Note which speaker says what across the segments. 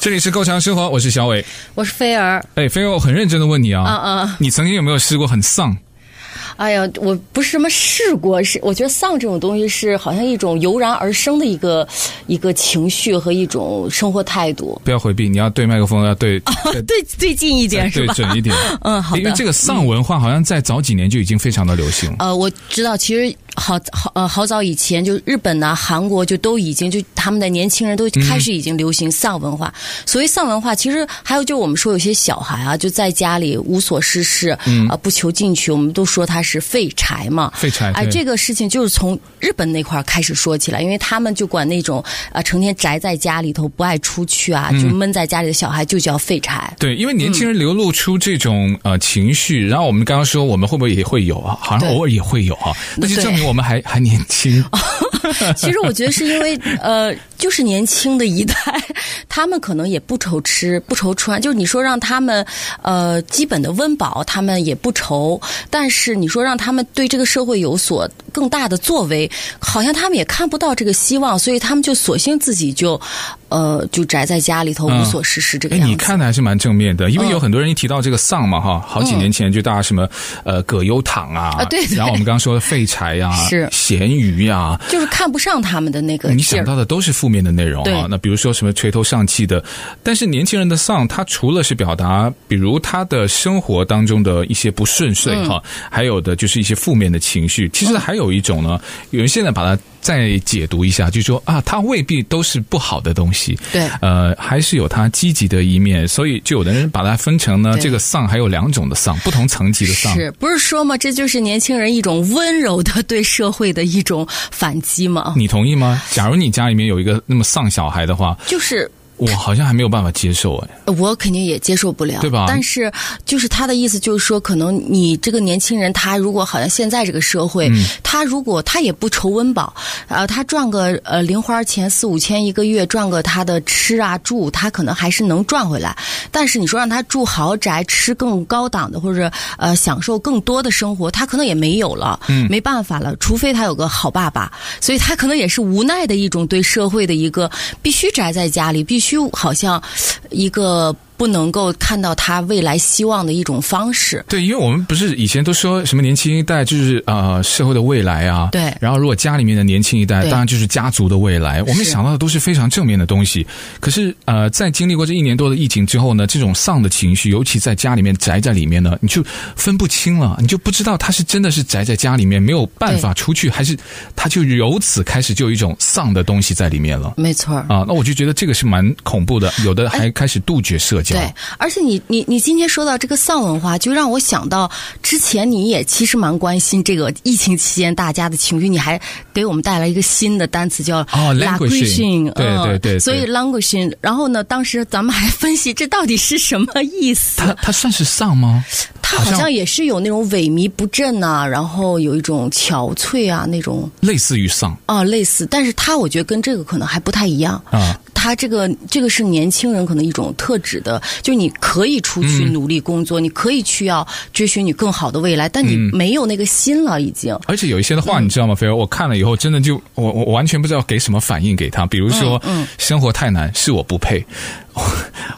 Speaker 1: 这里是够强生活，我是小伟。
Speaker 2: 我是菲儿，
Speaker 1: 哎，菲儿，我很认真的问你啊，
Speaker 2: 嗯嗯
Speaker 1: 你曾经有没有试过很丧？
Speaker 2: 哎呀，我不是什么试过，是我觉得丧这种东西是好像一种油然而生的一个一个情绪和一种生活态度，
Speaker 1: 不要回避，你要对麦克风要对、对
Speaker 2: 对，最近一点哦是
Speaker 1: 对
Speaker 2: 吧？
Speaker 1: 准一点。
Speaker 2: 嗯好的
Speaker 1: 因为这个丧文化好像在早几年就已经非常的流行。
Speaker 2: 呃，我知道，其实好好呃好早以前，就日本呐、韩国就都已经就他们的年轻人都开始已经流行丧文化。所谓丧文化，其实还有就是我们说有些小孩啊，就在家里无所事事，啊、不求进取，我们都说他是废柴嘛。
Speaker 1: 嗯废柴
Speaker 2: 哎，
Speaker 1: 对
Speaker 2: 这个事情就是从日本那块儿开始说起来，因为他们就管那种啊、呃成天宅在家里头不爱出去啊，
Speaker 1: 嗯
Speaker 2: 就闷在家里的小孩就叫废柴。
Speaker 1: 对，因为年轻人流露出这种、呃情绪，然后我们刚刚说我们会不会也会有啊？好像
Speaker 2: 对
Speaker 1: 偶尔也会有啊，那就
Speaker 2: 嗯对哦
Speaker 1: 证明我们还还年轻。
Speaker 2: 其实我觉得是因为呃，就是年轻的一代，他们可能也不愁吃，不愁穿，就是你说让他们呃基本的温饱，他们也不愁，但是你说让他们对这个社会有所更大的作为，好像他们也看不到这个希望，所以他们就索性自己就呃就宅在家里头
Speaker 1: 嗯
Speaker 2: 无所事事这个
Speaker 1: 哎，
Speaker 2: 样子。
Speaker 1: 你看的还是蛮正面的，因为
Speaker 2: 嗯
Speaker 1: 有很多人一提到这个丧嘛，哈，好几年前就大家什么呃葛优躺啊，
Speaker 2: 啊对对
Speaker 1: 然后我们刚刚说的废柴呀、
Speaker 2: 是
Speaker 1: 咸鱼啊呀、
Speaker 2: 就是看不上他们的那个
Speaker 1: 你
Speaker 2: 劲
Speaker 1: 想
Speaker 2: 儿。
Speaker 1: 到的都是负面的内容啊
Speaker 2: 对。
Speaker 1: 那比如说什么垂头丧气的，但是年轻人的丧，他除了是表达，比如他的生活当中的一些不顺遂哈、
Speaker 2: 嗯
Speaker 1: 还有的就是一些负面的情绪。其实还有一种呢，有人现在把它再解读一下，就说啊，它未必都是不好的东西。
Speaker 2: 对
Speaker 1: 呃，还是有它积极的一面，所以就有的人把它分成呢，
Speaker 2: 对
Speaker 1: 这个丧还有两种的丧，不同层级的丧。
Speaker 2: 是不是说嘛？这就是年轻人一种温柔的对社会的一种反击嘛？
Speaker 1: 你同意吗？假如你家里面有一个那么丧小孩的话，
Speaker 2: 就是
Speaker 1: 我好像还没有办法接受哎。
Speaker 2: 我肯定也接受不了，
Speaker 1: 对吧
Speaker 2: 但是就是他的意思就是说，可能你这个年轻人，他如果好像现在这个社会，他如果他也不愁温饱，呃，他赚个呃零花钱四五千一个月，赚个他的吃啊住，他可能还是能赚回来。但是你说让他住豪宅，吃更高档的，或者呃享受更多的生活，他可能也没有了，没办法了，除非他有个好爸爸，所以他可能也是无奈的一种对社会的一个必须宅在家里，必须好像一个不能够看到他未来希望的一种方式。
Speaker 1: 对，因为我们不是以前都说什么年轻一代就是呃社会的未来啊，
Speaker 2: 对
Speaker 1: 然后如果家里面的年轻一代，
Speaker 2: 对
Speaker 1: 当然就是家族的未来。我们
Speaker 2: 是
Speaker 1: 想到的都是非常正面的东西。可是呃，在经历过这一年多的疫情之后呢，这种丧的情绪，尤其在家里面宅在里面呢，你就分不清了，你就不知道他是真的是宅在家里面没有办法出去，还是他就由此开始就有一种丧的东西在里面了。
Speaker 2: 没错儿。
Speaker 1: 啊，那我就觉得这个是蛮恐怖的，有的还开始杜绝社交。
Speaker 2: 对，而且你你你今天说到这个丧文化，就让我想到之前你也其实蛮关心这个疫情期间大家的情绪，你还给我们带来一个新的单词叫
Speaker 1: 哦 languishing 对
Speaker 2: 嗯
Speaker 1: 对对对
Speaker 2: 所以 languishing，然后呢，当时咱们还 分析这到底是什么意思？
Speaker 1: 他他算是丧 吗？
Speaker 2: 它
Speaker 1: 好
Speaker 2: 好
Speaker 1: 像
Speaker 2: 像也是有那种萎靡不振呐、然后有一种憔悴啊那种
Speaker 1: 类似于丧。
Speaker 2: 啊类似，但是它我觉得跟这个可能还不太一样
Speaker 1: 啊。
Speaker 2: 它这个这个是年轻人可能一种特质的，就你可以出去努力工作，你可以去要追寻你更好的未来，但你没有那个心了已经。
Speaker 1: 而且有一些的话，你知道吗，菲儿？我看了以后，真的就我我我完全不知道给什么反应给他。比如说，
Speaker 2: 嗯
Speaker 1: 生活太难，是我不配。 我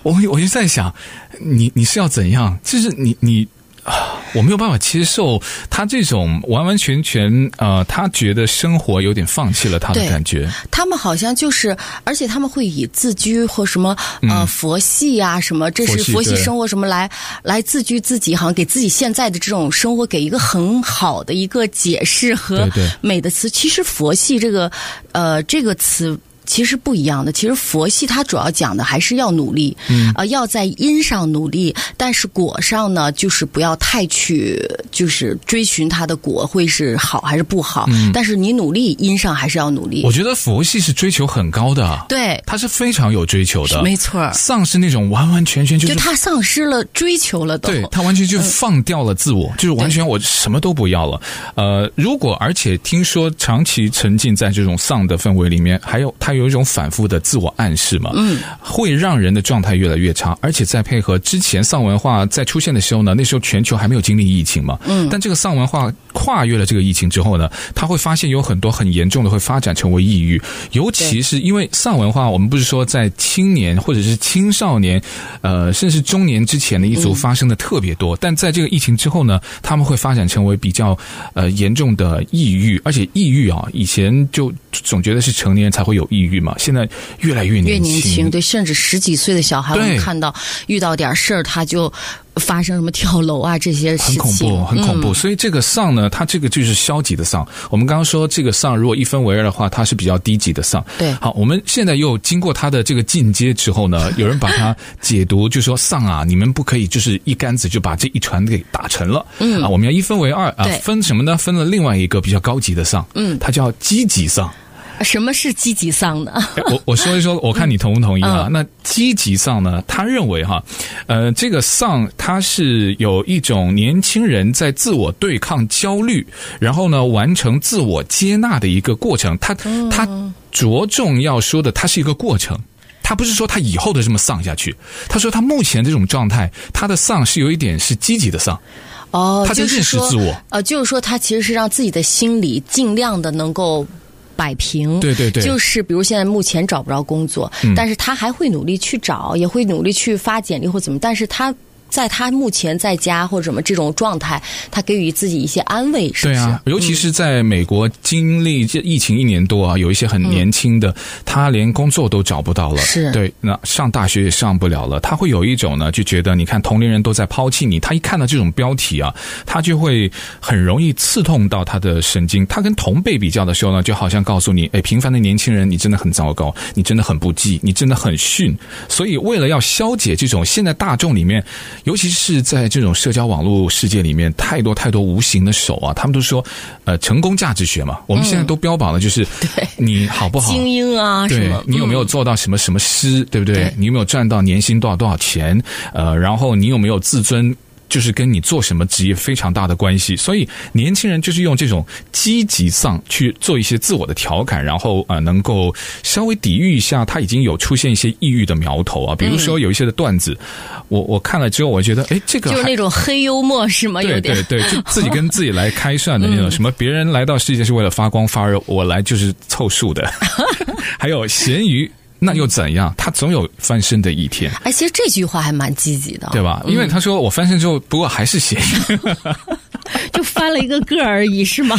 Speaker 1: 我我就在想，你你是要怎样？就是你你。啊，我没有办法接受他这种完完全全呃，他觉得生活有点放弃了他的
Speaker 2: 对
Speaker 1: 感觉。
Speaker 2: 他们好像就是，而且他们会以自居或什么呃佛系呀、什么，这
Speaker 1: 嗯佛系
Speaker 2: 是佛系
Speaker 1: 对
Speaker 2: 生活什么来来自居自己，好像给自己现在的这种生活给一个很好的一个解释和
Speaker 1: 对对
Speaker 2: 美的词。其实佛系这个呃这个词。其实不一样的。其实佛系它主要讲的还是要努力，嗯、呃，要在因上努力，但是果上呢，就是不要太去就是追寻它的果会是好还是不好。
Speaker 1: 嗯
Speaker 2: 但是你努力因上还是要努力
Speaker 1: 我。觉得佛系是追求很高的，啊
Speaker 2: 对
Speaker 1: 他是非常有追求的，
Speaker 2: 没错儿
Speaker 1: 丧是那种完完全全就
Speaker 2: 就是他丧失了追求了都。
Speaker 1: 对他完全就放掉了自我，就是完全我什么都不要了。呃，如果而且听说长期沉浸在这种丧的氛围里面，还有他有一种反复的自我暗示嘛，嗯，会让人的状态越来越差。而且再配合之前丧文化在出现的时候呢，那时候全球还没有经历疫情嘛，嗯，但这个丧文化跨越了这个疫情之后呢，他会发现有很多很严重的会发展成为抑郁，尤其是因为丧文化，我们不是说在青年或者是青少年，呃，甚至中年之前的一族发生的特别多，但在这个疫情之后呢，他们会发展成为比较呃严重的抑郁，而且抑郁啊，以前就总觉得是成年人才会有抑郁嘛，现在越来越
Speaker 2: 越
Speaker 1: 年
Speaker 2: 年轻，对，甚至十几岁的小孩，我
Speaker 1: 对
Speaker 2: 们看到遇到点事儿，他就发生什么跳楼啊这些事
Speaker 1: 很恐
Speaker 2: 情，
Speaker 1: 怖，嗯很恐怖。所以这个丧呢，它这个就是消极的丧。我们刚刚说这个丧，如果一分为二的话，它是比较低级的丧。
Speaker 2: 对
Speaker 1: 好，我们现在又经过它的这个进阶之后 呢，有人把它解读，就说丧啊，你们不可以就是一竿子就把这一船给打沉了。嗯啊，我们要一分为二啊
Speaker 2: 对，
Speaker 1: 分什么呢？分了另外一个比较高级的丧，嗯，它叫积极丧。
Speaker 2: 嗯什么是积极丧呢？
Speaker 1: 哎我我说一说，我看你同不同意啊？
Speaker 2: 嗯
Speaker 1: 那积极丧呢？他认为哈，呃，这个丧它是有一种年轻人在自我对抗焦虑，然后呢完成自我接纳的一个过程。他
Speaker 2: 嗯
Speaker 1: 他着重要说的，它是一个过程。他不是说他以后的这么丧下去，他说他目前这种状态，他的丧是有一点是积极的丧，
Speaker 2: 哦，
Speaker 1: 他在
Speaker 2: 就是
Speaker 1: 认识
Speaker 2: 说
Speaker 1: 自我
Speaker 2: 呃，就是说他其实是让自己的心理尽量的能够。摆平，
Speaker 1: 对对对嗯
Speaker 2: 就是比如现在目前找不着工作，但是他还会努力去找，也会努力去发简历或怎么，但是他在他目前在家或者什么这种状态，他给予自己一些安慰，是不
Speaker 1: 对
Speaker 2: 是？嗯
Speaker 1: 啊，尤其是在美国经历这疫情一年多啊，有一些很年轻的，他连工作都找不到了，
Speaker 2: 嗯是
Speaker 1: 对，那上大学也上不了了，他会有一种呢，就觉得你看同龄人都在抛弃你，他一看到这种标题啊，他就会很容易刺痛到他的神经。他跟同辈比较的时候呢，就好像告诉你，哎，平凡的年轻人，你真的很糟糕，你真的很不济，你真的很逊。所以为了要消解这种现在大众里面，尤其是在这种社交网络世界里面，太多太多无形的手啊，他们都说，呃，成功价值学嘛，我们现在都标榜了，就是、你好不好，
Speaker 2: 精英啊什
Speaker 1: 对
Speaker 2: 么，
Speaker 1: 你有没有做到什么什么师，对不对？
Speaker 2: 对
Speaker 1: 你有没有赚到年薪多少多少钱？呃，然后你有没有自尊？就是跟你做什么职业非常大的关系，所以年轻人就是用这种积极丧去做一些自我的调侃，然后呃能够稍微抵御一下他已经有出现一些抑郁的苗头啊，比
Speaker 2: 嗯
Speaker 1: 如说有一些的段子，我我看了之后，我觉得哎这个
Speaker 2: 就是
Speaker 1: 还
Speaker 2: 那种黑幽默是吗？哎有
Speaker 1: 对
Speaker 2: 点嗯
Speaker 1: 对对，就自己跟自己来开涮的那种，什么别人来到世界是为了发光发热，我来就是凑数 的。还有咸鱼，那又怎样？他总有翻身的一天，
Speaker 2: 哎，其实这句话还蛮积极的，
Speaker 1: 对吧？因为他说我翻身之后，不过还是咸 鱼。
Speaker 2: 就翻了一个个儿而 已，是吗？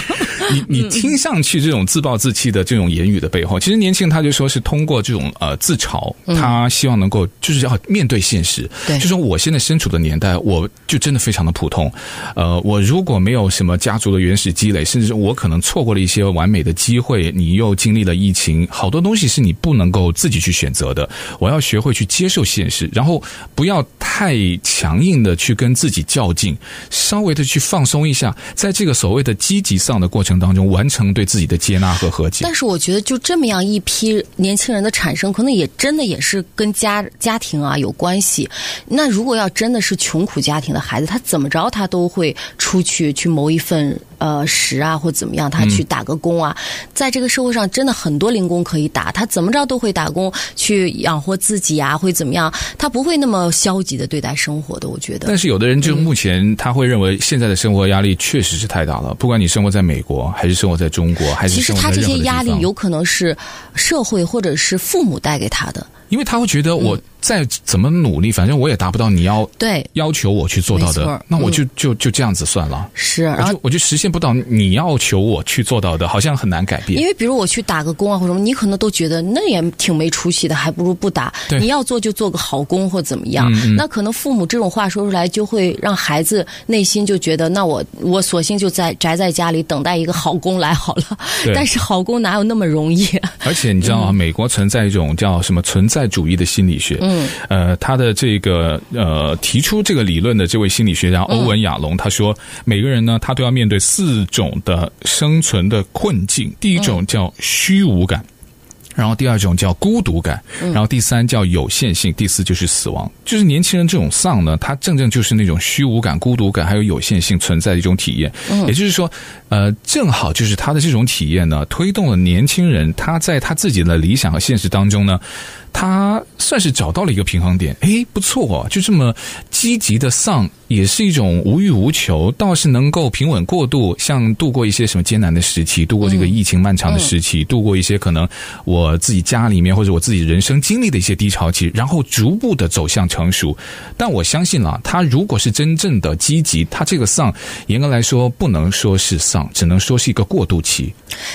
Speaker 1: 你你
Speaker 2: 嗯
Speaker 1: 听上去这种自暴自弃的这种言语的背后，其实年轻人他就说是通过这种呃自嘲，他希望能够就是要面对现实，
Speaker 2: 嗯对
Speaker 1: 就说我现在身处的年代，我就真的非常的普通，呃，我如果没有什么家族的原始积累，甚至我可能错过了一些完美的机会，你又经历了疫情，好多东西是你不能够自己去选择的，我要学会去接受现实，然后不要太强硬的去跟自己较劲，稍微的去放松一下，在这个所谓的积极上的过程当中，完成对自己的接纳和和解
Speaker 2: 但。是我觉得，就这么样一批年轻人的产生，可能也真的也是跟家家庭啊有关系。那如果要真的是穷苦家庭的孩子，他怎么着他都会出去去谋一份呃食啊，或怎么样，他
Speaker 1: 嗯
Speaker 2: 去打个工啊。在这个社会上，真的很多零工可以打，他怎么着都会打工去养活自己啊，会怎么样？他不会那么消极的对待生活的，我觉得。
Speaker 1: 但是有的人
Speaker 2: 嗯
Speaker 1: 就目前他会认为现在的生活压力确实是太大了，不管你生活在美国，还是生活在中国，还
Speaker 2: 其
Speaker 1: 是
Speaker 2: 实
Speaker 1: 生活
Speaker 2: 他
Speaker 1: 在
Speaker 2: 这
Speaker 1: 任何
Speaker 2: 些
Speaker 1: 的地
Speaker 2: 压力
Speaker 1: 方
Speaker 2: 有可能是社会或者是父母带给他的。
Speaker 1: 因为他会觉得
Speaker 2: 嗯
Speaker 1: 我再怎么努力，反正我也达不到你要
Speaker 2: 对，
Speaker 1: 要求我去做到
Speaker 2: 没
Speaker 1: 的
Speaker 2: 错，
Speaker 1: 那我就就就这样子算了。
Speaker 2: 是，然
Speaker 1: 我
Speaker 2: 后
Speaker 1: 就我就实现不到你要求我去做到的，好像很难改变
Speaker 2: 因。为比如我去打个工啊或者什么，你可能都觉得那也挺没出息的，还不如不打
Speaker 1: 对。嗯
Speaker 2: 你要做就做个好工或怎么样。那可能父母这种话说出来，就会让孩子内心就觉得，那我我索性就在宅在家里等待一个好工来好了
Speaker 1: 对。
Speaker 2: 但是好工哪有那么容易？
Speaker 1: 而且你知道啊，美国存在一种叫什么存在主义的心理学。嗯，呃，他的这个呃提出这个理论的这位心理学家欧文亚龙，他说每个人呢，他都要面对四种的生存的困境。第一种叫虚无感。然后第二种叫孤独感，然后第三叫有限性，第四就是死亡。就是年轻人这种丧呢，他正正就是那种虚无感、孤独感还有有限性存在的一种体验。也就是说，呃，正好就是他的这种体验呢，推动了年轻人他在他自己的理想和现实当中呢，他算是找到了一个平衡点。诶，不错哦，就这么积极的丧。也是一种无欲无求，倒是能够平稳过渡，像度过一些什么艰难的时期，度过这个疫情漫长的时期，度过一些可能我自己家里面或者我自己人生经历的一些低潮期，然后逐步的走向成熟。但我相信啦，他如果是真正的积极，他这个丧，严格来说不能说是丧，只能说是一个过渡期。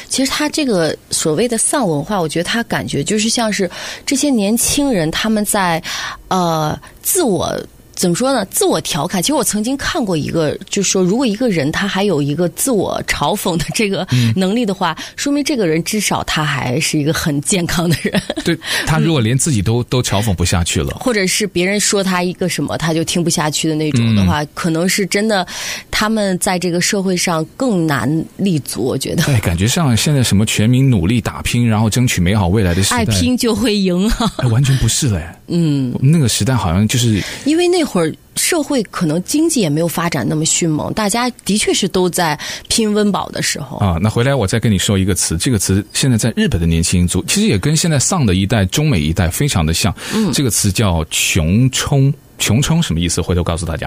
Speaker 2: 其实他这个所谓的丧文化，我觉得他感觉就是像是这些年轻人他们在呃自我。怎么说呢？自我调侃。其实我曾经看过一个，就是说，如果一个人他还有一个自我嘲讽的这个能力的话，说明这个人至少他还是一个很健康的人，
Speaker 1: 对他如果连自己都 都嘲讽不下去了，
Speaker 2: 或者是别人说他一个什么他就听不下去的那种的话，可能是真的，他们在这个社会上更难立足。我觉得，
Speaker 1: 哎，感觉上现在什么全民努力打拼，然后争取美好未来的时代，
Speaker 2: 爱拼就会赢啊。
Speaker 1: 哎，完全不是嘞。 嗯，那个时代好像就是
Speaker 2: 因为那会儿社会可能经济也没有发展那么迅猛，大家的确是都在拼温饱的时候。
Speaker 1: 啊，那回来我再跟你说一个词，这个词现在在日本的年轻族，其实也跟现在上的一代、中美一代非常的像。嗯，这个词叫穷冲。穷冲什么意思？回头告诉大家。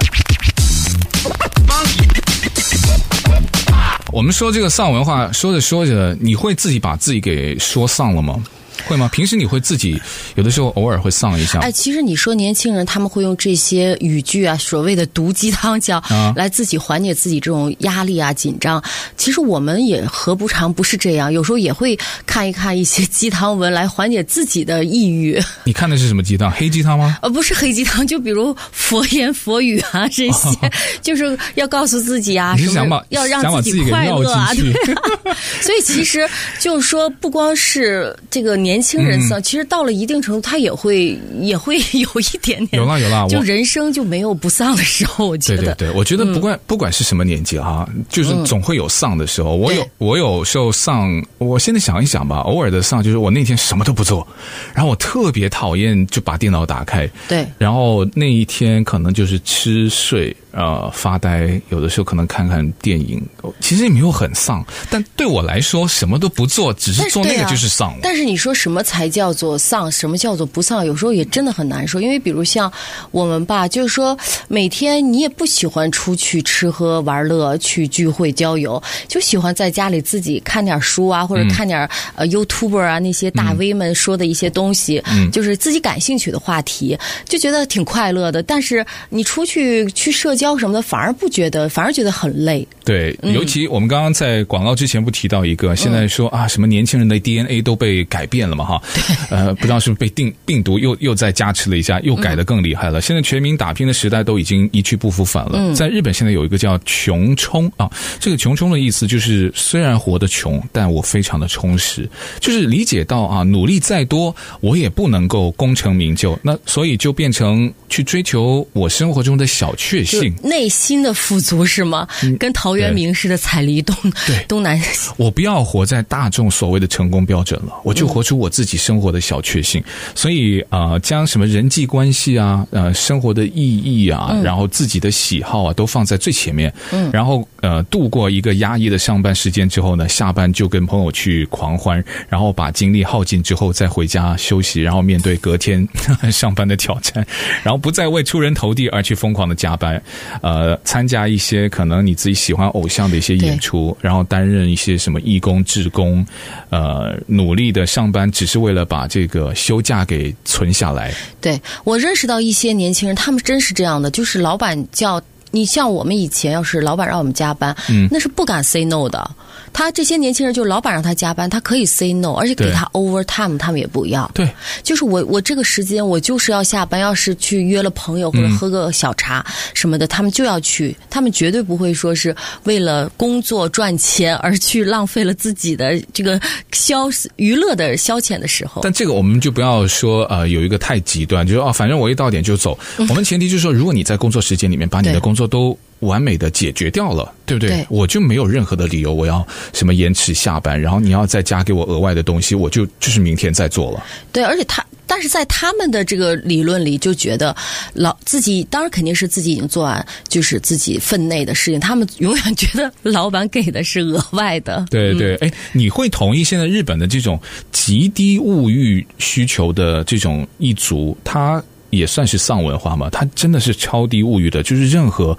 Speaker 1: 我们说这个丧文化，说着说着，你会自己把自己给说丧了吗？会吗？平时你会自己有的时候偶尔会丧一下。
Speaker 2: 哎，其实你说年轻人他们会用这些语句啊，所谓的毒鸡汤讲，
Speaker 1: 啊
Speaker 2: 来自己缓解自己这种压力啊、紧张。其实我们也何不尝不是这样？有时候也会看一看一些鸡汤文来缓解自己的抑郁，
Speaker 1: 你看的是什么鸡汤？黑鸡汤吗？
Speaker 2: 呃，不是黑鸡汤，就比如佛言佛语啊这些， 就是要告诉自己啊，
Speaker 1: 哦你
Speaker 2: 什
Speaker 1: 是想
Speaker 2: 么
Speaker 1: 把
Speaker 2: 要让
Speaker 1: 想把自己给
Speaker 2: 快
Speaker 1: 绕
Speaker 2: 乐啊，
Speaker 1: 进去
Speaker 2: 对。 所以其实就是说，不光是这个年轻人
Speaker 1: 嗯
Speaker 2: 丧，其实到了一定程度，他也会也会有一点点
Speaker 1: 有啦有啦我
Speaker 2: 就人生就没有不丧的嗯时候，我觉
Speaker 1: 对
Speaker 2: 得。
Speaker 1: 对对，我觉得不管、不管是什么年纪哈、就是总会有丧的时候。我有
Speaker 2: 对
Speaker 1: 我有时候丧，我现在想一想吧，偶尔的丧就是我那天什么都不做，然后我特别讨厌就把电脑打开，
Speaker 2: 对
Speaker 1: 然后那一天可能就是吃睡呃发呆，有的时候可能看看电影，其实也没有很丧，但对我来说什么都不做，只是
Speaker 2: 但
Speaker 1: 做
Speaker 2: 对
Speaker 1: 那个
Speaker 2: 啊
Speaker 1: 就是丧了。
Speaker 2: 但是你说什么才叫做丧，什么叫做不丧？有时候也真的很难说，因为比如像我们吧，就是说每天你也不喜欢出去吃喝玩乐、去聚会交友，就喜欢在家里自己看点书啊，或者看点、呃 YouTuber 啊那些大 V 们说的一些东西，就是自己感兴趣的话题，就觉得挺快乐的。但是你出去去社交什么的，反而不觉得，反而觉得很累。
Speaker 1: 对，尤其我们刚刚在广告之前不提到一个，现在说啊，什么年轻人的 DNA 都被改变了嘛，哈，呃，不知道是不是被病病毒又又再加持了一下，又改得更厉害了。现在全民打拼的时代都已经一去不复返了。在日本现在有一个叫“穷冲”啊，这个“穷冲”的意思就是虽然活得穷，但我非常的充实，就是理解到啊，努力再多我也不能够功成名就，那所以就变成去追求我生活中的小确
Speaker 2: 就
Speaker 1: 幸。
Speaker 2: 内心的富足是吗？跟陶渊明似的采梨东
Speaker 1: 对
Speaker 2: 东南，
Speaker 1: 我不要活在大众所谓的成功标准了，我就活出我自己生活的小确幸。所以啊、呃将什么人际关系啊、呃，生活的意义啊，然后自己的喜好啊，都放在最前面。嗯，然后呃，度过一个压抑的上班时间之后呢，下班就跟朋友去狂欢，然后把精力耗尽之后再回家休息，然后面对隔天 上班的挑战，然后不再为出人头地而去疯狂的加班，呃，参加一些可能你自己喜欢偶像的一些演出。
Speaker 2: 对
Speaker 1: 出，然后担任一些什么义工、志工，呃，努力的上班，只是为了把这个休假给存下来。
Speaker 2: 对我认识到一些年轻人，他们真是这样的，就是老板叫你，像我们以前要是老板让我们加班，那是不敢 say no 的。他这些年轻人，就是老板让他加班，他可以 say no，而且给
Speaker 1: 对
Speaker 2: 他 overtime，他们也不要。
Speaker 1: 对，
Speaker 2: 就是我我这个时间我就是要下班，要是去约了朋友或者喝个小茶什么的，他们就要去，他们绝对不会说是为了工作赚钱而去浪费了自己的这个消娱乐的消遣的时候。
Speaker 1: 但这个我们就不要说呃有一个太极端，就是哦，反正我一到点就走。我们前提就是说，如果你在工作时间里面把你的
Speaker 2: 对
Speaker 1: 工作都完美的解决掉了，对不对？
Speaker 2: 对
Speaker 1: 我就没有任何的理由我要什么延迟下班，然后你要再加给我额外的东西，我就就是明天再做了。
Speaker 2: 对，而且他，但是在他们的这个理论里，就觉得老自己当然肯定是自己已经做完，就是自己分内的事情。他们 永远觉得老板给的是额外的。
Speaker 1: 对对，
Speaker 2: 嗯
Speaker 1: 哎、你会同意现在日本的这种极低物欲需求的这种一族，它也算是丧文化吗？它真的是超低物欲的，就是任何，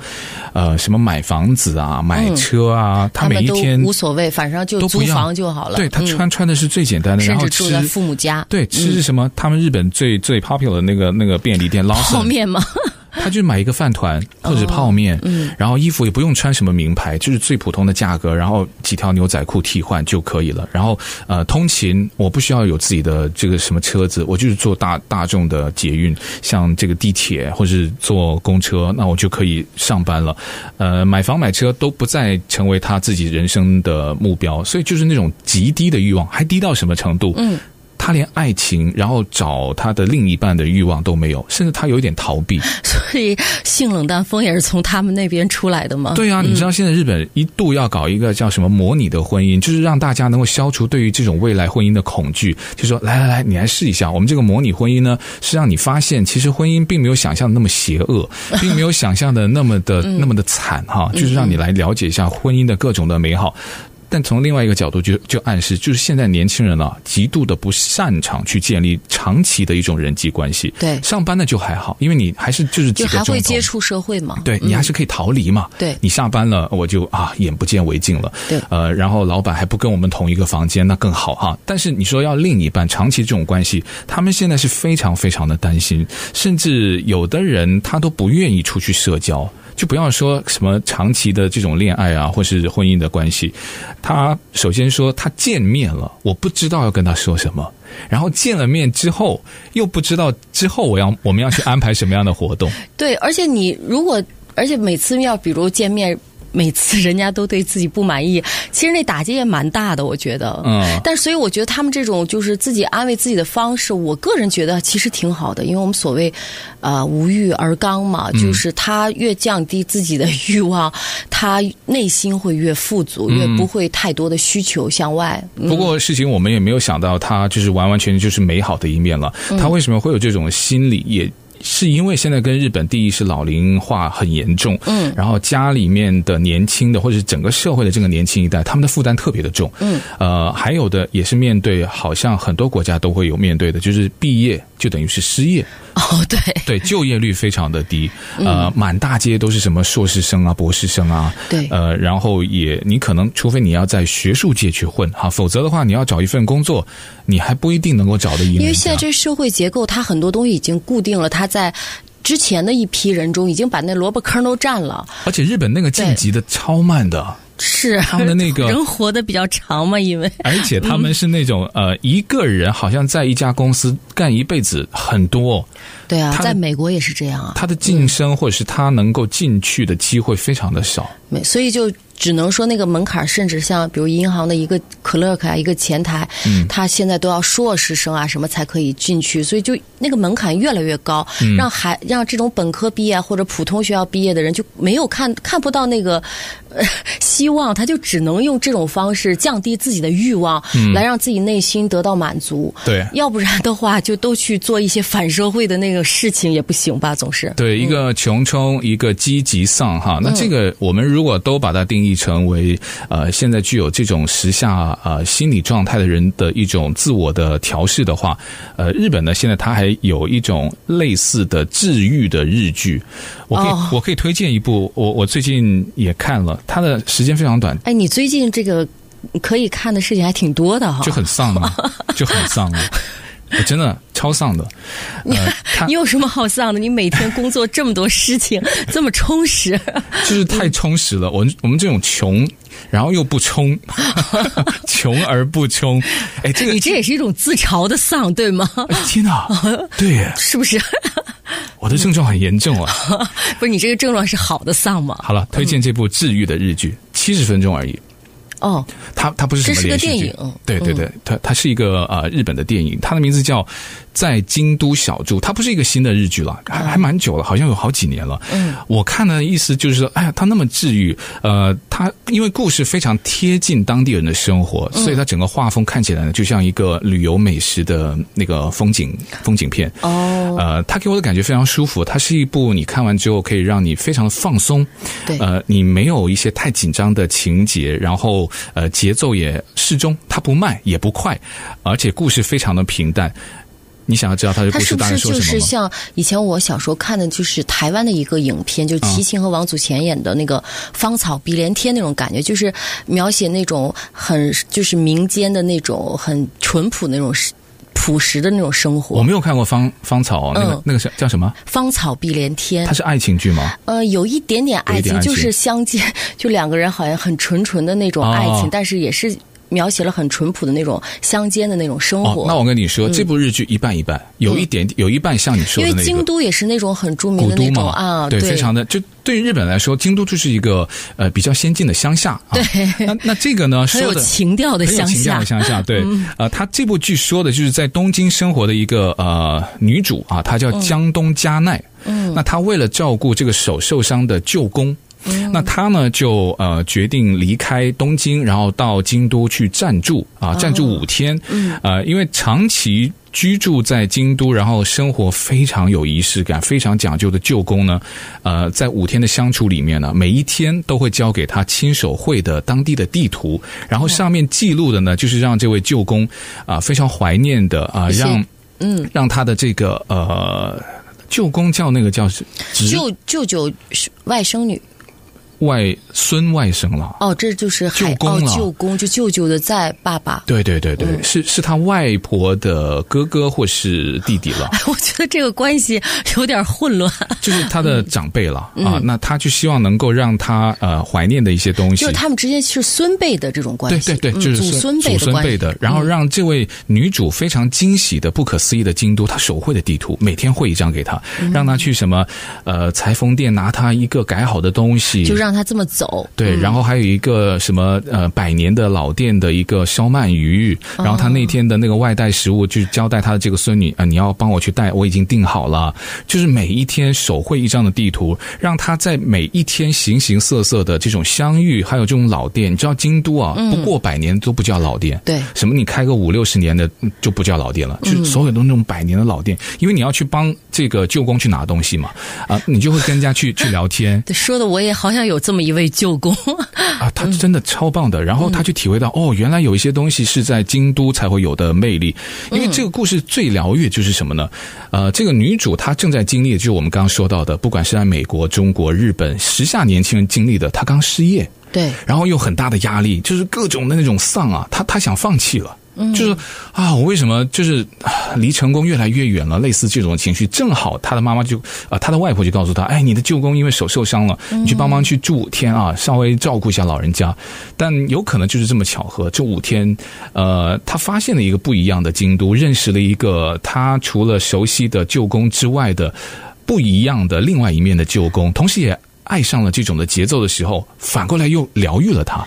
Speaker 1: 呃，什么买房子啊、买车啊，他
Speaker 2: 嗯他
Speaker 1: 每
Speaker 2: 们
Speaker 1: 一
Speaker 2: 都
Speaker 1: 天
Speaker 2: 无所谓，反正就
Speaker 1: 都
Speaker 2: 租
Speaker 1: 不要
Speaker 2: 房就好了。
Speaker 1: 对他
Speaker 2: 嗯
Speaker 1: 穿穿的是最简单的，
Speaker 2: 甚
Speaker 1: 然后
Speaker 2: 至住在
Speaker 1: 吃
Speaker 2: 父母家。嗯
Speaker 1: 对吃是什么？他们日本最最 popular 的那个那个便利 店
Speaker 2: 泡
Speaker 1: Lawson，
Speaker 2: 面吗？
Speaker 1: 他就买一个饭团或者泡面，然后衣服也不用穿什么名牌，就是最普通的价格，然后几条牛仔裤替换就可以了。然后呃，通勤我不需要有自己的这个什么车子，我就是坐大大众的捷运，像这个地铁或是坐公车，那我就可以上班了。呃，买房买车都不再成为他自己人生的目标，所以就是那种极低的欲望，还低到什么程度？嗯。他连爱情，然后找他的另一半的欲望都没有，甚至他有一点逃避。
Speaker 2: 所以性冷淡风也是从他们那边出来的吗？嗯
Speaker 1: 对啊，你知道现在日本一度要搞一个叫什么模拟的婚姻，就是让大家能够消除对于这种未来婚姻的恐惧。就说来来来，你来试一下，我们这个模拟婚姻呢，是让你发现其实婚姻并没有想象的那么邪恶，并没有想象的那么的、
Speaker 2: 嗯
Speaker 1: 那么的惨哈，就是让你来了解一下婚姻的各种的美好。但从另外一个角度就，就暗示，就是现在年轻人啊，极度的不擅长去建立长期的一种人际关系。
Speaker 2: 对
Speaker 1: 上班呢就还好，因为你还是就是几
Speaker 2: 就
Speaker 1: 个
Speaker 2: 还
Speaker 1: 钟头
Speaker 2: 会接触社会嘛？
Speaker 1: 对你还是可以逃离嘛。
Speaker 2: 嗯对
Speaker 1: 你下班了，我就啊眼不见为净了。
Speaker 2: 对
Speaker 1: 呃，然后老板还不跟我们同一个房间，那更好哈。但是你说要另一半长期这种关系，他们现在是非常非常的担心，甚至有的人他都不愿意出去社交。就不要说什么长期的这种恋爱啊，或是婚姻的关系，他首先说他见面了，我不知道要跟他说什么，然后见了面之后又不知道之后我要我们要去安排什么样的活动，
Speaker 2: 对，而且你如果，而且每次要比如见面，每次人家都对自己不满意，其实那打击也蛮大的，我觉得。
Speaker 1: 嗯
Speaker 2: 但所以我觉得他们这种就是自己安慰自己的方式，我个人觉得其实挺好的，因为我们所谓，呃，无欲而刚嘛，就是他越降低自己的欲望，他内心会越富足，越不会太多的需求向外。嗯
Speaker 1: 不过事情我们也没有想到，它就是完完全全就是美好的一面了。它为什么会有这种心理？也是因为现在跟日本第一是老龄化很严重，嗯，然后家里面的年轻的或者是整个社会的这个年轻一代，他们的负担特别的重，嗯，呃，还有的也是面对，好像很多国家都会有面对的，就是毕业就等于是失业，
Speaker 2: 哦，对，
Speaker 1: 对，就业率非常的低，呃，满大街都是什么硕士生啊、博士生啊，
Speaker 2: 对
Speaker 1: 呃，然后也你可能，除非你要在学术界去混哈，否则的话，你要找一份工作，你还不一定能够找得赢人家。
Speaker 2: 因为现在这社会结构，它很多东西已经固定了，它在之前的一批人中已经把那萝卜坑都占了。
Speaker 1: 而且日本那个晋级的超慢 的，
Speaker 2: 是
Speaker 1: 他们的那个
Speaker 2: 人活得比较长嘛，因为
Speaker 1: 而且他们是那种、呃，一个人好像在一家公司干一辈子，很多、
Speaker 2: 对啊，
Speaker 1: 他
Speaker 2: 在美国也是这样啊，
Speaker 1: 他的晋升或者是他能够进去的机会非常的少。
Speaker 2: 没所以就只能说那个门槛儿，甚至像比如银行的一个 clerk 啊，一个前台，他现在都要硕士生啊什么才可以进去，所以就那个门槛越来越高，让孩让这种本科毕业啊或者普通学校毕业的人就没有看看不到那个、呃、希望，他就只能用这种方式降低自己的欲望，来让自己内心得到满足。
Speaker 1: 对
Speaker 2: 要不然的话就都去做一些反社会的那个事情也不行吧，总是。
Speaker 1: 对，一个穷冲，一个积极丧哈。那这个我们如果都把它定义成为呃，现在具有这种时下呃心理状态的人的一种自我的调试的话，呃，日本呢现在它还有一种类似的治愈的日剧，我可以、
Speaker 2: 哦
Speaker 1: 我可以推荐一部，我我最近也看了，它的时间非常短，
Speaker 2: 哎，你最近这个可以看的事情还挺多的哈。
Speaker 1: 就很丧啊，就很丧啊，我真的超丧的。呃，他
Speaker 2: 你有什么好丧的？你每天工作这么多事情， 这么充实，
Speaker 1: 就是太充实了。我们我们这种穷，然后又不充， 穷而不充。哎，这个
Speaker 2: 你 这也是一种自嘲的丧，对吗？
Speaker 1: 哎天哪，对耶，
Speaker 2: 是不是？
Speaker 1: 我的症状很严重啊。
Speaker 2: 不是你这个症状是好的丧吗？
Speaker 1: 好了，推荐这部治愈的日剧，七十分钟而已。
Speaker 2: 哦，
Speaker 1: 它它不是什么
Speaker 2: 这是个
Speaker 1: 连续剧
Speaker 2: 电影嗯
Speaker 1: 对对对，它它是一个呃日本的电影，它的名字叫《在京都小住》，它不是一个新的日剧了，还还蛮久了，好像有好几年了。嗯，我看的意思就是说，哎呀，它那么治愈，呃，它因为故事非常贴近当地人的生活，
Speaker 2: 嗯
Speaker 1: 所以它整个画风看起来呢，就像一个旅游美食的那个风景风景片。
Speaker 2: 哦，
Speaker 1: 呃，它给我的感觉非常舒服，它是一部你看完之后可以让你非常的放松，
Speaker 2: 对
Speaker 1: 呃，你没有一些太紧张的情节，然后呃节奏也适中，它不慢也不快，而且故事非常的平淡。你想要知道它的
Speaker 2: 它
Speaker 1: 故
Speaker 2: 是
Speaker 1: 事
Speaker 2: 不
Speaker 1: 大概
Speaker 2: 是
Speaker 1: 说
Speaker 2: 就
Speaker 1: 什
Speaker 2: 是
Speaker 1: 么吗？
Speaker 2: 像以前我小时候看的，就是台湾的一个影片，就是
Speaker 1: 啊
Speaker 2: 齐秦和王祖贤演的那个《芳草碧连天》那种感觉，就是描写那种很就是民间的那种很淳朴那种朴实的那种生
Speaker 1: 我
Speaker 2: 活。
Speaker 1: 没有看过芳芳草哦那个、
Speaker 2: 嗯
Speaker 1: 那个叫叫什么？
Speaker 2: 芳草碧连天
Speaker 1: 它，是爱情剧吗？
Speaker 2: 呃，有一点点
Speaker 1: 有一
Speaker 2: 爱
Speaker 1: 点
Speaker 2: 情，
Speaker 1: 爱情
Speaker 2: 就是相见， 就两个人好像很纯纯的那种爱情，
Speaker 1: 哦
Speaker 2: 但是也是描写了很淳朴的那种乡间的那种生活。
Speaker 1: 哦，那我跟你说，
Speaker 2: 嗯
Speaker 1: 这部日剧一半一半，有一点有一半像你说
Speaker 2: 因
Speaker 1: 的那
Speaker 2: 为
Speaker 1: 个。
Speaker 2: 京都也是那种很著名
Speaker 1: 古
Speaker 2: 的
Speaker 1: 都
Speaker 2: 那种
Speaker 1: 嘛，
Speaker 2: 啊，
Speaker 1: 对，非常的就对于日本来说，京都就是一个呃比较先进的乡下啊。对，那那这个呢，
Speaker 2: 很有
Speaker 1: 说的。
Speaker 2: 情调的
Speaker 1: 很有
Speaker 2: 乡
Speaker 1: 情调
Speaker 2: 下嗯
Speaker 1: 的。乡 下，对，呃，他这部剧说的就是在东京生活的一个呃女主啊，她
Speaker 2: 嗯
Speaker 1: 叫江东加奈，嗯，那她为了照顾这个手受伤的舅公。
Speaker 2: 嗯
Speaker 1: 那她呢，就呃决定离开东京，然后到京都去暂住
Speaker 2: 哦
Speaker 1: 啊，暂住五天。嗯，呃，因为长期居住在京都，然后生活非常有仪式感、非常讲究的舅公呢，呃，在五天的相处里面呢，每一天都会交给他亲手绘的当地的地图，然后上面记录的呢，就是让这位舅公啊、非常怀念的啊、
Speaker 2: 一些
Speaker 1: 让嗯让他的这个呃舅公叫那个叫是侄
Speaker 2: 舅舅舅是外甥女
Speaker 1: 外孙外甥了。
Speaker 2: 哦，这就是海
Speaker 1: 舅公
Speaker 2: 哦
Speaker 1: 了
Speaker 2: 舅公，就舅舅的在爸爸。
Speaker 1: 对对对对，是是他外婆的哥哥或是弟弟了。
Speaker 2: 我觉得这个关系有点混乱，
Speaker 1: 就是他的长辈了、
Speaker 2: 嗯
Speaker 1: 啊，那他就希望能够让他呃怀念的一些东西，
Speaker 2: 就是他们之间是孙辈的这种关
Speaker 1: 对
Speaker 2: 系，
Speaker 1: 对对，
Speaker 2: 嗯
Speaker 1: 就是
Speaker 2: 祖孙
Speaker 1: 祖
Speaker 2: 辈的
Speaker 1: 孙
Speaker 2: 关系嗯
Speaker 1: 辈的，然后让这位女主非常惊喜的、不可思议的京都，她手绘的地图，每天绘一张给她，
Speaker 2: 嗯
Speaker 1: 让她去什么呃裁缝店拿她一个改好的东西，
Speaker 2: 就让他这么走。
Speaker 1: 对，然后还有一个什么呃百年的老店的一个烧鳗鱼，然后他那天的那个外带食物就交代他的这个孙女啊、呃你要帮我去带，我已经订好了。就是每一天手绘一张的地图，让他在每一天形形色色的这种相遇，还有这种老店，你知道京都啊，不过百年都不叫老店，
Speaker 2: 对
Speaker 1: 什么你开个五六十年的嗯就不叫老店了，就是所有都那种百年的老店，因为你要去帮这个舅公去拿东西嘛，啊、你就会跟人家去去聊天，
Speaker 2: 对说的我也好像有这么一位舅公，
Speaker 1: 啊，他真的超棒的。然后他去体会到，哦，原来有一些东西是在京都才会有的魅力。因为这个故事最疗愈就是什么呢？呃，这个女主她正在经历，的就是我们刚刚说到的，不管是在美国、中国、日本，时下年轻人经历的，她刚失业，
Speaker 2: 对，
Speaker 1: 然后又很大的压力，就是各种的那种丧啊，她她想放弃了。就是啊，我为什么就是啊离成功越来越远了？类似这种情绪，正好她的妈妈就啊、她的外婆就告诉她，哎，你的舅公因为手受伤了，你去帮忙去住五天啊，稍微照顾一下老人家。但有可能就是这么巧合，这五天，呃，她发现了一个不一样的京都，认识了一个她除了熟悉的舅公之外的不一样的另外一面的舅公，同时也爱上了这种的节奏的时候，反过来又疗愈了她。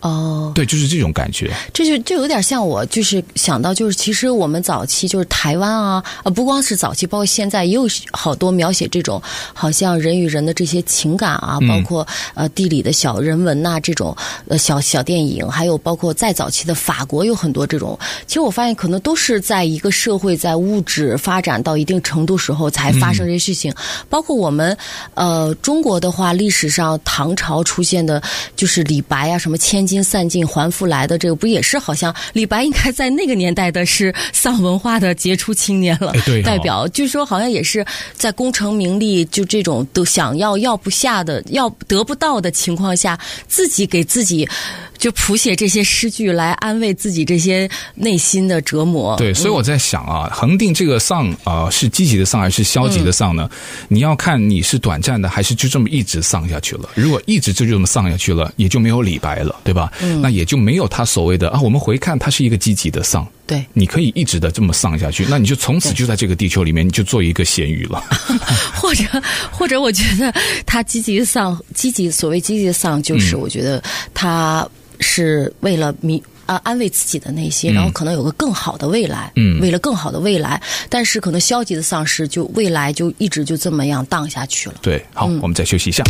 Speaker 2: 哦，
Speaker 1: 对，就是这种感觉。
Speaker 2: 这就这有点像我，就是想到就是，其实我们早期就是台湾啊，呃，不光是早期，包括现在也有好多描写这种好像人与人的这些情感啊，包括呃地理的小人文呐、这种呃小小电影，还有包括再早期的法国有很多这种。其实我发现可能都是在一个社会在物质发展到一定程度时候才发生这些事情，包括我们呃中国的话，历史上唐朝出现的就是李白啊，什么千金。金散尽还复来的这个，不也是好像李白应该在那个年代的是丧文化的杰出青年了，
Speaker 1: 哎对哦
Speaker 2: 代表。据说好像也是在功成名利就这种都想要要不下的要得不到的情况下，自己给自己就谱写这些诗句来安慰自己这些内心的折磨。
Speaker 1: 对，所以我在想啊，恒定这个丧啊、呃是积极的丧还是消极的丧呢？你要看你是短暂的，还是就这么一直丧下去了。如果一直就这么丧下去了，也就没有李白了，对吧？那也就没有他所谓的啊，我们回看他是一个积极的丧。
Speaker 2: 对
Speaker 1: 你可以一直的这么丧下去，那你就从此就在这个地球里面，你就做一个咸鱼了。
Speaker 2: 或者或者，我觉得他积极丧，积极所谓积极丧，
Speaker 1: 嗯
Speaker 2: 就是我觉得他是为了迷。啊，安慰自己的内心，然后可能有个更好的未来。
Speaker 1: 嗯
Speaker 2: 为了更好的未来，但是可能消极的丧失，就未来就一直就这么样荡下去了。
Speaker 1: 对，好，我们再休息一下。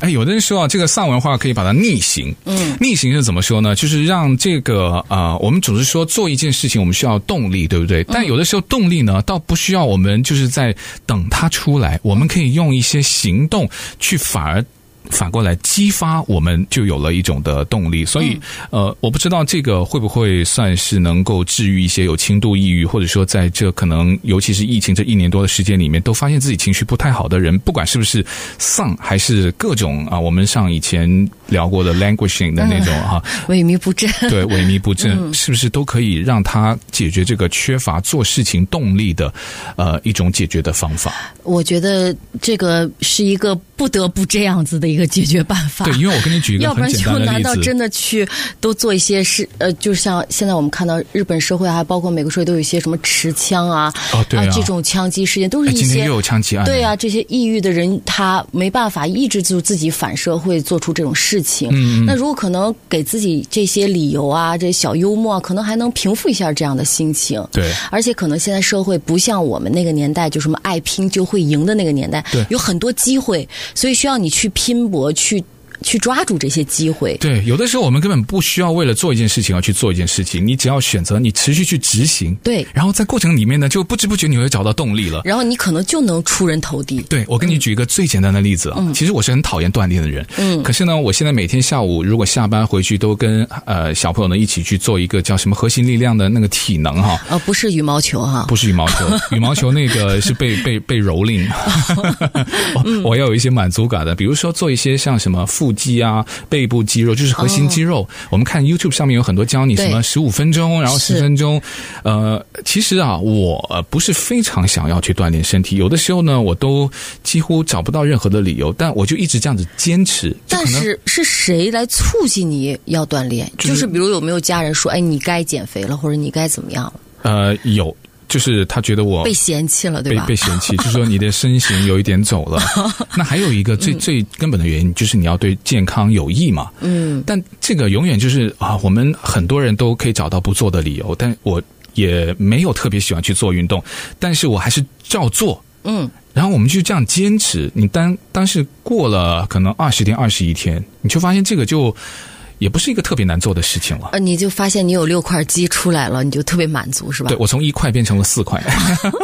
Speaker 1: 哎，有的人说啊，这个丧文化可以把它逆行。嗯，逆行是怎么说呢？就是让这个呃，我们总是说做一件事情，我们需要动力，对不对？但有的时候动力呢，倒不需要我们就是在等它出来，我们可以用一些行动去反而。反过来激发我们，就有了一种的动力。所以，
Speaker 2: 嗯
Speaker 1: 呃，我不知道这个会不会算是能够治愈一些有轻度抑郁，或者说在这可能，尤其是疫情这一年多的时间里面，都发现自己情绪不太好的人，不管是不是丧，还是各种啊，我们上以前聊过的 languishing 的那种
Speaker 2: 嗯
Speaker 1: 啊，
Speaker 2: 萎靡不振。
Speaker 1: 对，萎靡不振，
Speaker 2: 嗯
Speaker 1: 是不是都可以让他解决这个缺乏做事情动力的，呃，一种解决的方法？
Speaker 2: 我觉得这个是一个不得不这样子的一个解决办法。
Speaker 1: 对，因为我跟你举一个
Speaker 2: 要不
Speaker 1: 很
Speaker 2: 然
Speaker 1: 简
Speaker 2: 就
Speaker 1: 单的
Speaker 2: 难
Speaker 1: 例
Speaker 2: 道
Speaker 1: 子，
Speaker 2: 真的去都做一些事？呃，就像现在我们看到日本社会啊，还包括美国社会都有一些什么持枪啊，
Speaker 1: 哦对啊
Speaker 2: 这种枪击事件都是
Speaker 1: 哎，
Speaker 2: 一
Speaker 1: 今天
Speaker 2: 些
Speaker 1: 又。有枪击案了，
Speaker 2: 对啊，这些抑郁的人他没办法抑制住自己反社会做出这种事情。
Speaker 1: 嗯嗯
Speaker 2: 那如果可能给自己这些理由啊，这些小幽默、啊，可能还能平复一下这样的心情。
Speaker 1: 对
Speaker 2: 而且可能现在社会不像我们那个年代，就什么爱拼就会赢的那个年代，
Speaker 1: 对
Speaker 2: 有很多机会，所以需要你去拼搏，去去抓住这些机会。
Speaker 1: 对，有的时候我们根本不需要为了做一件事情而去做一件事情，你只要选择，你持续去执行，
Speaker 2: 对嗯
Speaker 1: 然后在过程里面呢，就不知不觉你会找到动力了。
Speaker 2: 然后你可能就能出人头地。
Speaker 1: 对，我跟你举一个最简单的例子啊，其实我是很讨厌锻炼的人，嗯，可是呢，我现在每天下午如果下班回去都跟呃小朋友呢一起去做一个叫什么核心力量的那个体能哈、
Speaker 2: 呃，不是羽毛球哈、
Speaker 1: 不是羽毛 球，羽毛球那个是被被被蹂躏，哦
Speaker 2: 嗯
Speaker 1: 我我要有一些满足感的，比如说做一些像什么腹肌啊、背部肌肉，就是核心肌肉。我们看 YouTube 上面有很多教你什么
Speaker 2: 哦对
Speaker 1: 十五分钟，然后
Speaker 2: 是
Speaker 1: 十分钟。呃，其实啊，我呃不是非常想要去锻炼身体，有的时候呢，我都几乎找不到任何的理由，但我就一直这样子坚持。就
Speaker 2: 但
Speaker 1: 可能
Speaker 2: 是是谁来促进你要锻炼？
Speaker 1: 就是
Speaker 2: 就是比如有没有家人说，哎，你该减肥了，或者你该怎么样了？
Speaker 1: 呃有，就是他觉得我
Speaker 2: 被嫌弃了，对
Speaker 1: 被
Speaker 2: 吧
Speaker 1: 被？嫌弃，就是说你的身形有一点走 了。那还有一个
Speaker 2: 嗯
Speaker 1: 最最根本的原因，就是你要对健康有益嘛。嗯，但这个永远就是啊，我们很多人都可以找到不做的理由，但我也没有特别喜欢去做运动，但是我还是照做。
Speaker 2: 嗯，
Speaker 1: 然后我们就这样坚持，你当当是过了可能二十天、二十一天，你就发现这个就也不是一个特别难做的事情了。
Speaker 2: 呃，你就发现你有六块肌出来了，你就特别满足，是吧
Speaker 1: 对？我从一块变成了四块，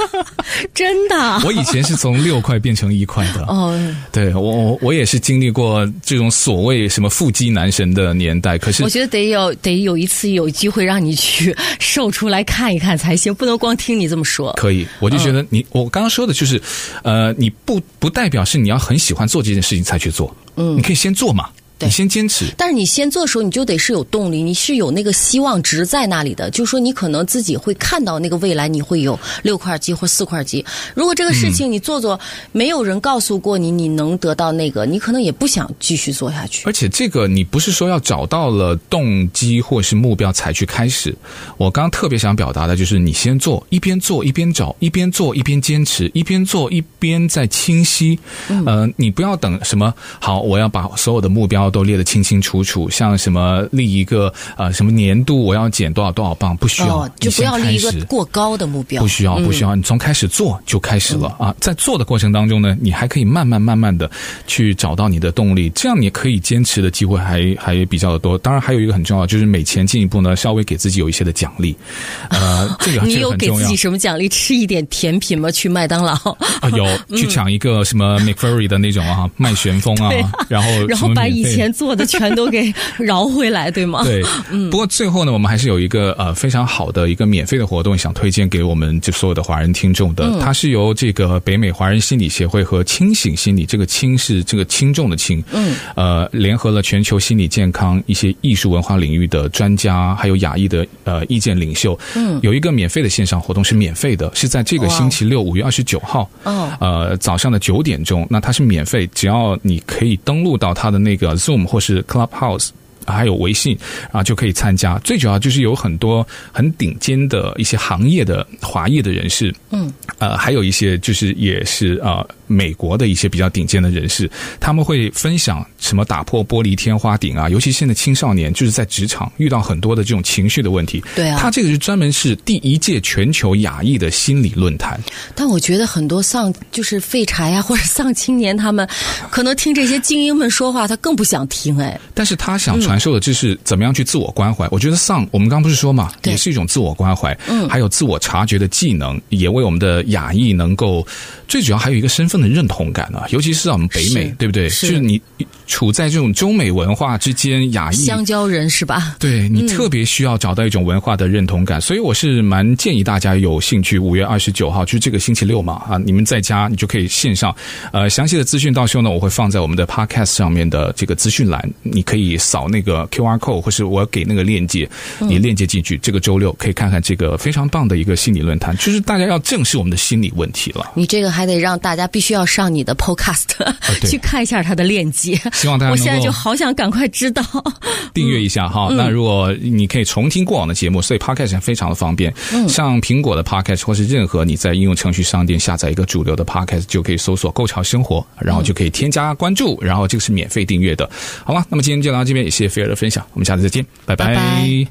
Speaker 2: 真的啊。
Speaker 1: 我以前是从六块变成一块的。
Speaker 2: 哦，
Speaker 1: 对我我我也是经历过这种所谓什么腹肌男神的年代，可是
Speaker 2: 我觉得得有得有一次有机会让你去瘦出来看一看才行，不能光听你这么说。
Speaker 1: 可以，我就觉
Speaker 2: 嗯
Speaker 1: 得你、我刚刚说的就是，呃，你不不代表是你要很喜欢做这件事情才去做，嗯，你可以先做嘛，
Speaker 2: 对
Speaker 1: 你先坚持，
Speaker 2: 但是你先做的时候，你就得是有动力，你是有那个希望值在那里的。就说你可能自己会看到那个未来，你会有六块肌或四块肌。如果这个事情你做做，没有人告诉过你你能得到那个，你可能也不想继续做下去。
Speaker 1: 而且这个你不是说要找到了动机或是目标才去开始。我刚刚特别想表达的就是，你先做，一边做一边找，一边做一边坚持，一边做一边在清晰。嗯、呃，你不要等什么好，我要把所有的目标后都列得清清楚楚，像什么立一个呃什么年度我要减多少多少磅，不需要，
Speaker 2: 哦，
Speaker 1: 你
Speaker 2: 就不
Speaker 1: 先
Speaker 2: 要
Speaker 1: 开
Speaker 2: 立一个
Speaker 1: 始
Speaker 2: 过高的目标，
Speaker 1: 不需要，不需要，你从开始做就开始了、
Speaker 2: 嗯
Speaker 1: 啊！在做的过程当中呢，你还可以慢慢慢慢的去找到你的动力，这样你可以坚持的机会还还比较的多。当然，还有一个很重要，就是每前进一步呢，稍微给自己有一些的奖励，呃， 这个
Speaker 2: 你
Speaker 1: 这个
Speaker 2: 有
Speaker 1: 很
Speaker 2: 给
Speaker 1: 重
Speaker 2: 自
Speaker 1: 要
Speaker 2: 己。嗯什么奖励？吃一点甜品吗？去麦当劳，
Speaker 1: 啊，有去抢一个什么 McFlurry 的那种 啊，麦旋风啊，然后
Speaker 2: 然
Speaker 1: 什
Speaker 2: 后
Speaker 1: 么
Speaker 2: 把
Speaker 1: 免
Speaker 2: 以
Speaker 1: 费
Speaker 2: 前做的全都给 饶回来，对吗？ 嗯
Speaker 1: 对，不过最后呢，我们还是有一个呃非常好的一个免费的活动，想推荐给我们就所有的华人听众
Speaker 2: 嗯
Speaker 1: 的。它是由这个北美华人心理协会和清醒心理，这个“清”是这个轻重的“轻”，嗯，呃，联合了全球心理健康一些艺术文化领域的专家，还有亚裔的呃意见领袖，嗯，有一个免费的线上活动是免费的，是在这个
Speaker 2: 哇哦
Speaker 1: 星期六五月二十九号，
Speaker 2: 哦
Speaker 1: 呃，早上的九点钟，那它是免费，只要你可以登录到它的那个 Zoom 或是 Clubhouse。还有微信啊，就可以参加。最主要就是有很多很顶尖的一些行业的华裔的人士，嗯，呃，还有一些就是也是呃美国的一些比较顶尖的人士，他们会分享什么打破玻璃天花顶啊，尤其现在青少年就是在职场遇到很多的这种情绪的问题。
Speaker 2: 对啊
Speaker 1: 他这个是专门是第一届全球亚裔的心理论坛，
Speaker 2: 但我觉得很多丧就是废柴呀、或者丧青年，他们可能听这些精英们说话，他更不想听哎。
Speaker 1: 但是他想传授的就是怎么样去自我关怀。我觉得丧，我们刚不是说嘛，
Speaker 2: 对
Speaker 1: 也是一种自我关怀，嗯，还有自我察觉的技能，也为我们的亚裔能够，最主要还有一个身份的认同感啊，尤其是在我们北美
Speaker 2: 是，
Speaker 1: 对不对？
Speaker 2: 是
Speaker 1: 就是你处在这种中美文化之间，亚裔
Speaker 2: 香蕉人是吧？
Speaker 1: 对你特别需要找到一种文化的认同感，所以我是蛮建议大家有兴趣，五月二十九号就是这个星期六嘛啊，你们在家你就可以线上，呃，详细的资讯到时候呢我会放在我们的 podcast 上面的这个资讯栏，你可以扫那个 QR code 或是我给那个链接，你链接进去，这个周六可以看看这个非常棒的一个心理论坛，就是大家要正视我们的心理问题了，
Speaker 2: 你这个还得让大家必须要上你的 Podcast、
Speaker 1: 对
Speaker 2: 去看一下它的链接。
Speaker 1: 希望大家
Speaker 2: 我
Speaker 1: 能够
Speaker 2: 现在就好想赶快知道。
Speaker 1: 订阅一下哈。那如果你可以重听过往的节目，所以 Podcast 非常的方便。像苹果的 Podcast 或是任何你在应用程序商店下载一个主流的 Podcast，就可以搜索“购潮生活”，然后就可以添加关注，然后这个是免费订阅的。好了，那么今天就聊到这边，也谢谢菲儿的分享，我们下次再见，拜
Speaker 2: 拜拜